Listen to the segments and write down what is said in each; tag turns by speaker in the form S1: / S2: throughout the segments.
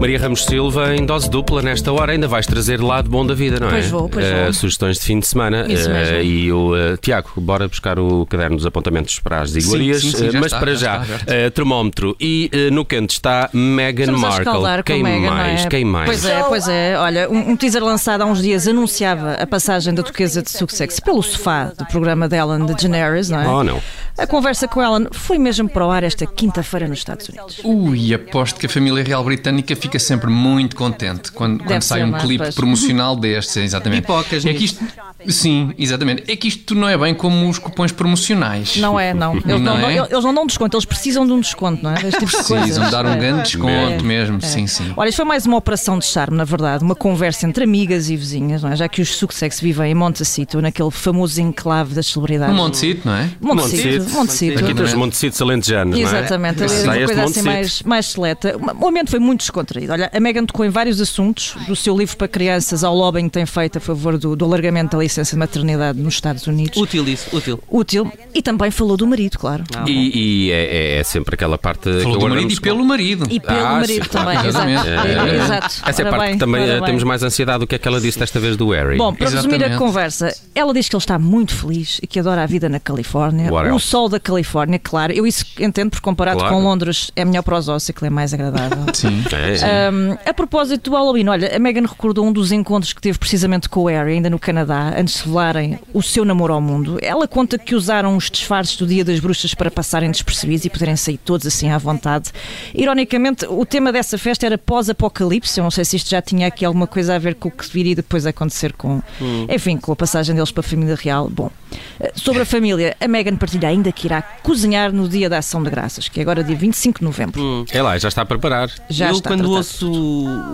S1: Maria Ramos Silva, em dose dupla, nesta hora ainda vais trazer lado bom da vida, não é?
S2: Pois vou, pois
S1: Eh,
S2: vou.
S1: Sugestões de fim de semana.
S2: Isso
S1: eh,
S2: mesmo.
S1: E o eh, Tiago, bora buscar o caderno dos apontamentos para as iguarias.
S3: sim, sim,
S1: eh,
S3: já
S1: mas
S3: está,
S1: para
S3: já
S1: já,
S3: está, já
S1: eh, termômetro. E eh, no canto está Meghan
S2: Estamos a
S1: Markle.
S2: escaldar com
S1: Quem
S2: a Meghan, não é?
S1: mais? Quem mais?
S2: Pois é, pois é. Olha, um, um teaser lançado há uns dias anunciava a passagem da turquesa de Sussex pelo sofá do programa de Ellen DeGeneres, não é?
S1: Oh, não.
S2: A conversa com Ellen foi mesmo para o ar esta quinta-feira nos Estados Unidos.
S3: Ui, aposto que a família real britânica fica sempre muito contente quando, quando
S2: Deve
S3: sai
S2: ser,
S3: um
S2: não é?
S3: clipe
S2: Pois.
S3: promocional destes, é, exatamente.
S4: Pipocas,
S3: é que isto, Sim, exatamente. É que isto não é bem como os cupões promocionais.
S2: Não é, não. Eles não,
S3: Não
S2: dão-
S3: é?
S2: eles não dão desconto, eles precisam de um desconto, não é? Deste tipo de
S3: Precisam
S2: coisas.
S3: dar um
S2: É.
S3: grande desconto
S1: Mesmo.
S3: mesmo, sim, sim.
S2: Olha, isto foi mais uma operação de charme, na verdade, uma conversa entre amigas e vizinhas, não é? já que os Sussex vivem em Montecito, naquele famoso enclave das celebridades.
S3: No Montecito, não é?
S2: Montecito,
S1: Montecito.
S2: Montecito.
S1: Aqui tens Montecitos alentejanos, não é?
S2: Exatamente, ali
S1: Sai
S2: uma
S1: este
S2: coisa assim
S1: Montecito.
S2: mais, mais seleta. O momento foi muito descontraído. Olha, a Megan tocou em vários assuntos, do seu livro para crianças ao lobbying que tem feito a favor do, do alargamento da licença de maternidade nos Estados Unidos.
S4: Útil isso, útil.
S2: Útil. E também falou do marido, claro.
S1: Ah, E, e é, é- é sempre aquela parte que
S3: Falou do
S1: agora
S3: marido
S1: nos-
S3: e pelo marido.
S2: E pelo
S1: Ah,
S2: marido
S1: sim,
S2: também,
S1: claro.
S2: exato.
S1: Exatamente.
S2: É,
S1: É,
S2: exato.
S1: Essa é a
S2: Ora
S1: parte
S2: bem,
S1: que também
S2: ora
S1: eh,
S2: bem.
S1: temos mais ansiedade do que é que ela disse desta vez do Harry.
S2: Bom, para resumir a
S3: Exatamente.
S2: conversa, ela diz que ele está muito feliz e que adora a vida na Califórnia.
S1: What
S2: o
S1: else?
S2: sol da Califórnia, claro. Eu isso entendo, porque comparado
S1: Claro.
S2: com Londres é melhor para os ossos, que é mais agradável.
S3: Sim.
S1: É,
S2: Um, a propósito do Halloween, olha, a Megan recordou um dos encontros que teve precisamente com o Harry, ainda no Canadá, antes de revelarem o seu namoro ao mundo. Ela conta que usaram os disfarces do Dia das Bruxas para passarem despercebidos e poderem sair todos assim à vontade. Ironicamente, o tema dessa festa era pós-apocalipse. Eu não sei se isto já tinha aqui alguma coisa a ver com o que viria depois a acontecer com,
S4: Hum.
S2: enfim, com a passagem deles para a família real. Bom, eh, sobre a família, a Megan partilha ainda que irá cozinhar no Dia da Ação de Graças, que é agora dia 25 de novembro.
S1: é lá, já está a preparar.
S2: Já
S4: Hum. eu,
S2: está
S4: quando
S2: tratado.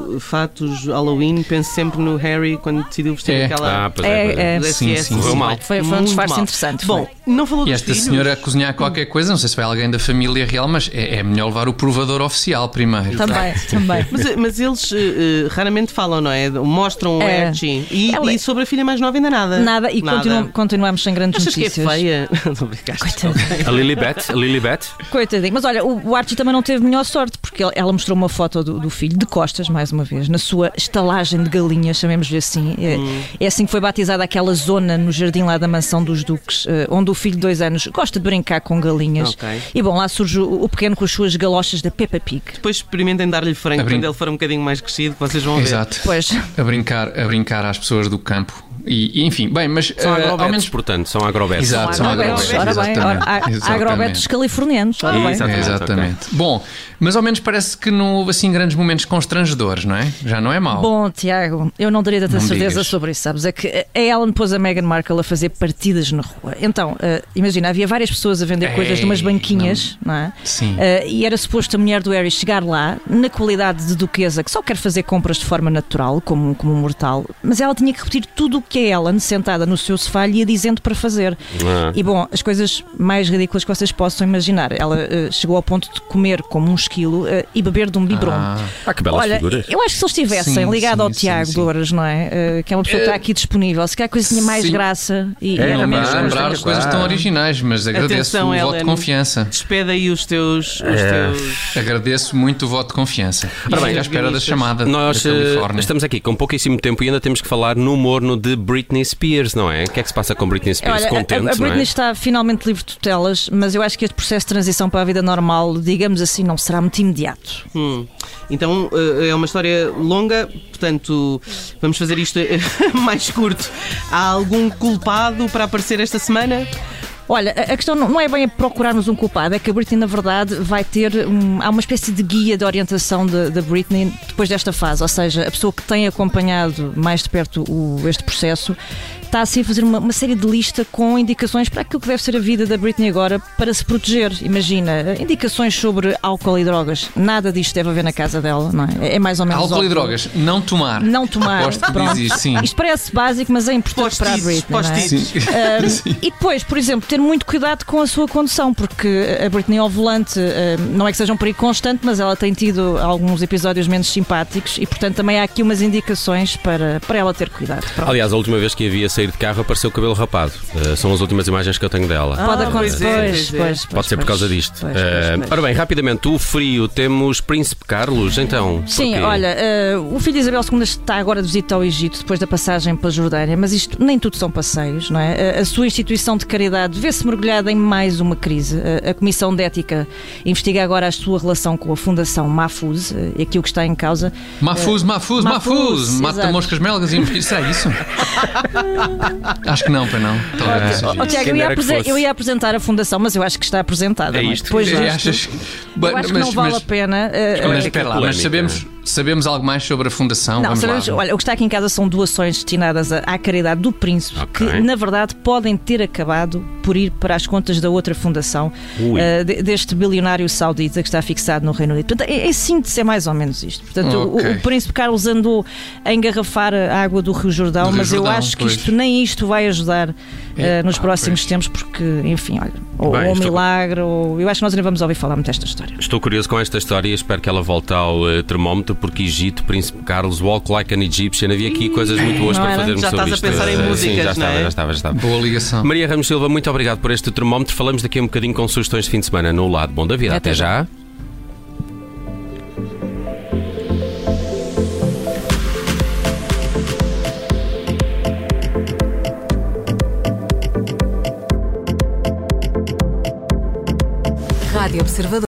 S4: ouço fatos Halloween, penso sempre no Harry quando decidiu vestir
S3: É.
S4: aquela.
S1: Ah, pois
S2: É,
S1: é, pois é.
S2: é.
S4: do
S3: Sim,
S4: SS.
S3: sim, Correu
S1: sim. mal.
S2: Foi- foi um
S4: Muito
S2: disfarce
S4: mal.
S2: interessante,
S4: Bom, não falou
S3: E
S4: dos
S3: esta
S4: filhos.
S3: senhora a cozinhar qualquer coisa, não sei se vai alguém da família real, mas é, é melhor levar o provador oficial primeiro.
S2: Também, também.
S4: Mas, mas eles eh, eh, raramente falam, não é? Mostram
S2: É.
S4: o Archie. E,
S2: Ela-
S4: e sobre a filha mais nova ainda nada.
S2: Nada, e continuam- continuamos sem grandes
S4: Achas que é
S2: notícias.
S4: feia? Não brincaste.
S2: Coitadinho.
S1: A Lilibet, a Lilibet.
S2: Coitadinho. Mas olha, o o Archie também não teve melhor sorte, porque ele- ela mostrou uma foto do, do filho de costas, mais uma vez, na sua estalagem de galinhas, chamemos-lhe assim. É,
S4: Hum.
S2: é assim que foi batizada aquela zona no jardim lá da mansão dos Duques, eh, onde o filho de dois anos gosta de brincar com galinhas.
S4: Ok.
S2: E bom, lá surge o, o pequeno com as suas galochas da Peppa Pig.
S4: Depois experimentem dar-lhe frango
S3: Abrim-
S4: quando ele for um bocadinho mais crescido, que vocês vão ver.
S3: Tá Exato.
S2: Pois.
S3: A brincar, a brincar às pessoas do campo. E, e enfim, bem, mas
S1: São
S3: eh, ao
S1: agrobetes,
S3: menos
S1: portanto, são agrobetes.
S3: Exato, são agrobetes.
S2: Ora bem, ora, há- há
S3: Exatamente.
S2: agrobetos californianos. Ora bem.
S1: Exato.
S3: É,
S1: Exatamente,
S3: Exatamente. Bom, mas ao menos parece que não houve assim grandes momentos constrangedores, não é? Já não é mau.
S2: Bom, Tiago, eu não daria tanta
S3: Não
S2: certeza
S3: digas.
S2: sobre isso, sabes? É que a Ellen pôs a Meghan Markle a fazer partidas na rua. Então, eh, imagina, havia várias pessoas a vender coisas
S3: Ei,
S2: numas banquinhas, não, é?
S3: Sim.
S2: Eh, e era suposto a mulher do Harry chegar lá, na qualidade de duquesa, que só quer fazer compras de forma natural, como, como um mortal, mas ela tinha que repetir tudo o que a Ellen, sentada no seu sofá, lhe ia dizendo para fazer.
S1: Ah.
S2: E bom, as coisas mais ridículas que vocês possam imaginar. Ela eh, chegou ao ponto de comer como um esquilo eh, e beber de um biberon.
S1: Ah, que belas
S2: Olha,
S1: figuras.
S2: eu acho que se eles tivessem
S3: Sim,
S2: ligado
S3: sim,
S2: ao
S3: sim,
S2: Tiago
S3: sim.
S2: Douras, não é? Eh, que é uma pessoa que está aqui disponível, se calhar coisinha mais
S3: Sim.
S2: graça e
S1: É,
S2: e
S3: Pelo
S1: Era
S3: menos
S1: bem,
S3: lembrar
S1: era
S3: de coisas
S1: bem.
S3: tão originais, mas agradeço
S4: Atenção,
S3: o voto
S4: Ellen.
S3: de confiança.
S4: Despede aí os teus. Os
S3: É.
S4: teus...
S3: Agradeço muito o voto de confiança. E
S1: Ora bem,
S3: fico à espera da
S4: guionistas.
S3: chamada
S1: Nós
S3: da
S1: eh,
S3: Califórnia.
S1: estamos aqui com pouquíssimo tempo e ainda temos que falar no morno de Britney Spears, não é? O que é que se passa com Britney Spears?
S2: Olha, a-
S1: Contente,
S2: a, a Britney
S1: não é?
S2: está finalmente livre de tutelas, mas eu acho que este processo de transição para a vida normal, digamos assim, não será muito imediato.
S4: Hum. Então eh, é uma história longa, portanto vamos fazer isto eh, mais curto. Há algum culpado para aparecer esta semana?
S2: Olha, a a questão não não é bem procurarmos um culpado, é que a Britney, na verdade, vai ter. um- há uma espécie de guia de orientação da da Britney depois desta fase, ou seja, a pessoa que tem acompanhado mais de perto o- este processo está assim a fazer uma, uma série de lista com indicações para aquilo que deve ser a vida da Britney agora para se proteger. Imagina, indicações sobre álcool e drogas. Nada disto deve haver na casa dela, não é? É mais ou menos.
S3: Álcool e drogas, não tomar.
S2: Não tomar.
S3: Gosto que
S2: Pronto.
S3: diz isso, sim.
S2: Isto parece básico, mas é importante para a
S4: Post-its,
S2: Britney. não é?
S4: post-its.
S3: Sim.
S2: Um,
S3: Sim.
S2: e depois, por exemplo, ter muito cuidado com a sua condução, porque a Britney ao volante um, não é que seja um perigo constante, mas ela tem tido alguns episódios menos simpáticos e, portanto, também há aqui umas indicações para, para ela ter cuidado. Pronto.
S1: Aliás, a última vez que a vi a sair de carro apareceu o cabelo rapado. Eh, são as últimas imagens que eu tenho dela.
S2: Pode
S4: Ah, pois
S2: acontecer,
S4: é,
S2: pois,
S4: pois é.
S2: pois, pois,
S1: Pode ser por
S2: pois.
S1: causa disto.
S2: Pois, pois,
S1: Eh,
S2: pois.
S1: Ora bem, rapidamente, o frio, temos Príncipe Carlos, então.
S2: Sim,
S1: porquê?
S2: olha, eh, o filho de Isabel II está agora de visita ao Egito depois da passagem pela Jordânia, mas isto nem tudo são passeios, não é? Eh, a sua instituição de caridade vê-se mergulhada em mais uma crise. Eh, a Comissão de Ética investiga agora a sua relação com a Fundação Mahfouz eh, e aqui o que está em causa. eh,
S3: Mafuz, mafuz,
S2: Mafuz,
S3: mafuz. Mata
S2: exato.
S3: moscas melgas e mosquitos. Será isso? Acho que não, para não. Talvez não
S2: Ó,
S3: seja isso.
S2: Oh, Tiago,
S1: Quem
S2: eu ia,
S1: dera que
S2: apresen-
S1: fosse.
S2: eu ia apresentar a fundação, mas eu acho que está apresentada.
S1: É
S2: não
S1: isto.
S2: Depois
S1: Eu
S2: disto,
S3: Achas-
S2: eu acho que não vale a pena. eh,
S3: Mas,
S1: que é
S3: espera lá,
S1: polémica?
S3: mas sabemos, sabemos algo mais sobre a fundação?
S2: Não,
S3: Então, Vamos
S2: sabemos,
S3: lá.
S2: olha, o que está aqui em casa são doações destinadas à, à caridade do príncipe,
S1: Ok.
S2: que na verdade podem ter acabado por ir para as contas da outra fundação
S1: Ui.
S2: eh, de- deste bilionário saudita que está fixado no Reino Unido. Portanto, em, em síntese é mais ou menos isto. Portanto, o-
S3: Ok.
S2: o, o príncipe Carlos andou a engarrafar a água do Rio Jordão,
S3: Do Rio
S2: mas eu
S3: Jordão,
S2: acho que
S3: pois.
S2: isto nem isto vai ajudar eh,
S3: É,
S2: nos
S3: pá,
S2: próximos tempos, porque, enfim, olha, ou,
S1: Bem,
S2: ou um
S3: é
S1: estou-
S2: milagre, ou eu acho que nós ainda vamos ouvir falar muito desta história.
S1: Estou curioso com esta história e espero que ela volte ao eh, termómetro, porque Egito, Príncipe Carlos, Walk Like an Egyptian, havia aqui coisas muito boas
S2: Não
S1: para
S2: era?
S1: fazermos
S4: Já
S1: sobre
S4: estás a
S1: isto.
S4: pensar em
S1: Eh, Sim, já
S4: músicas, não
S1: estava,
S4: é?
S1: já estava, já estava.
S3: Boa ligação.
S1: Maria Ramos Silva, muito obrigado por este termómetro. Falamos daqui a um bocadinho com sugestões de fim de semana no lado. Bom da vida, até,
S2: Até
S1: já.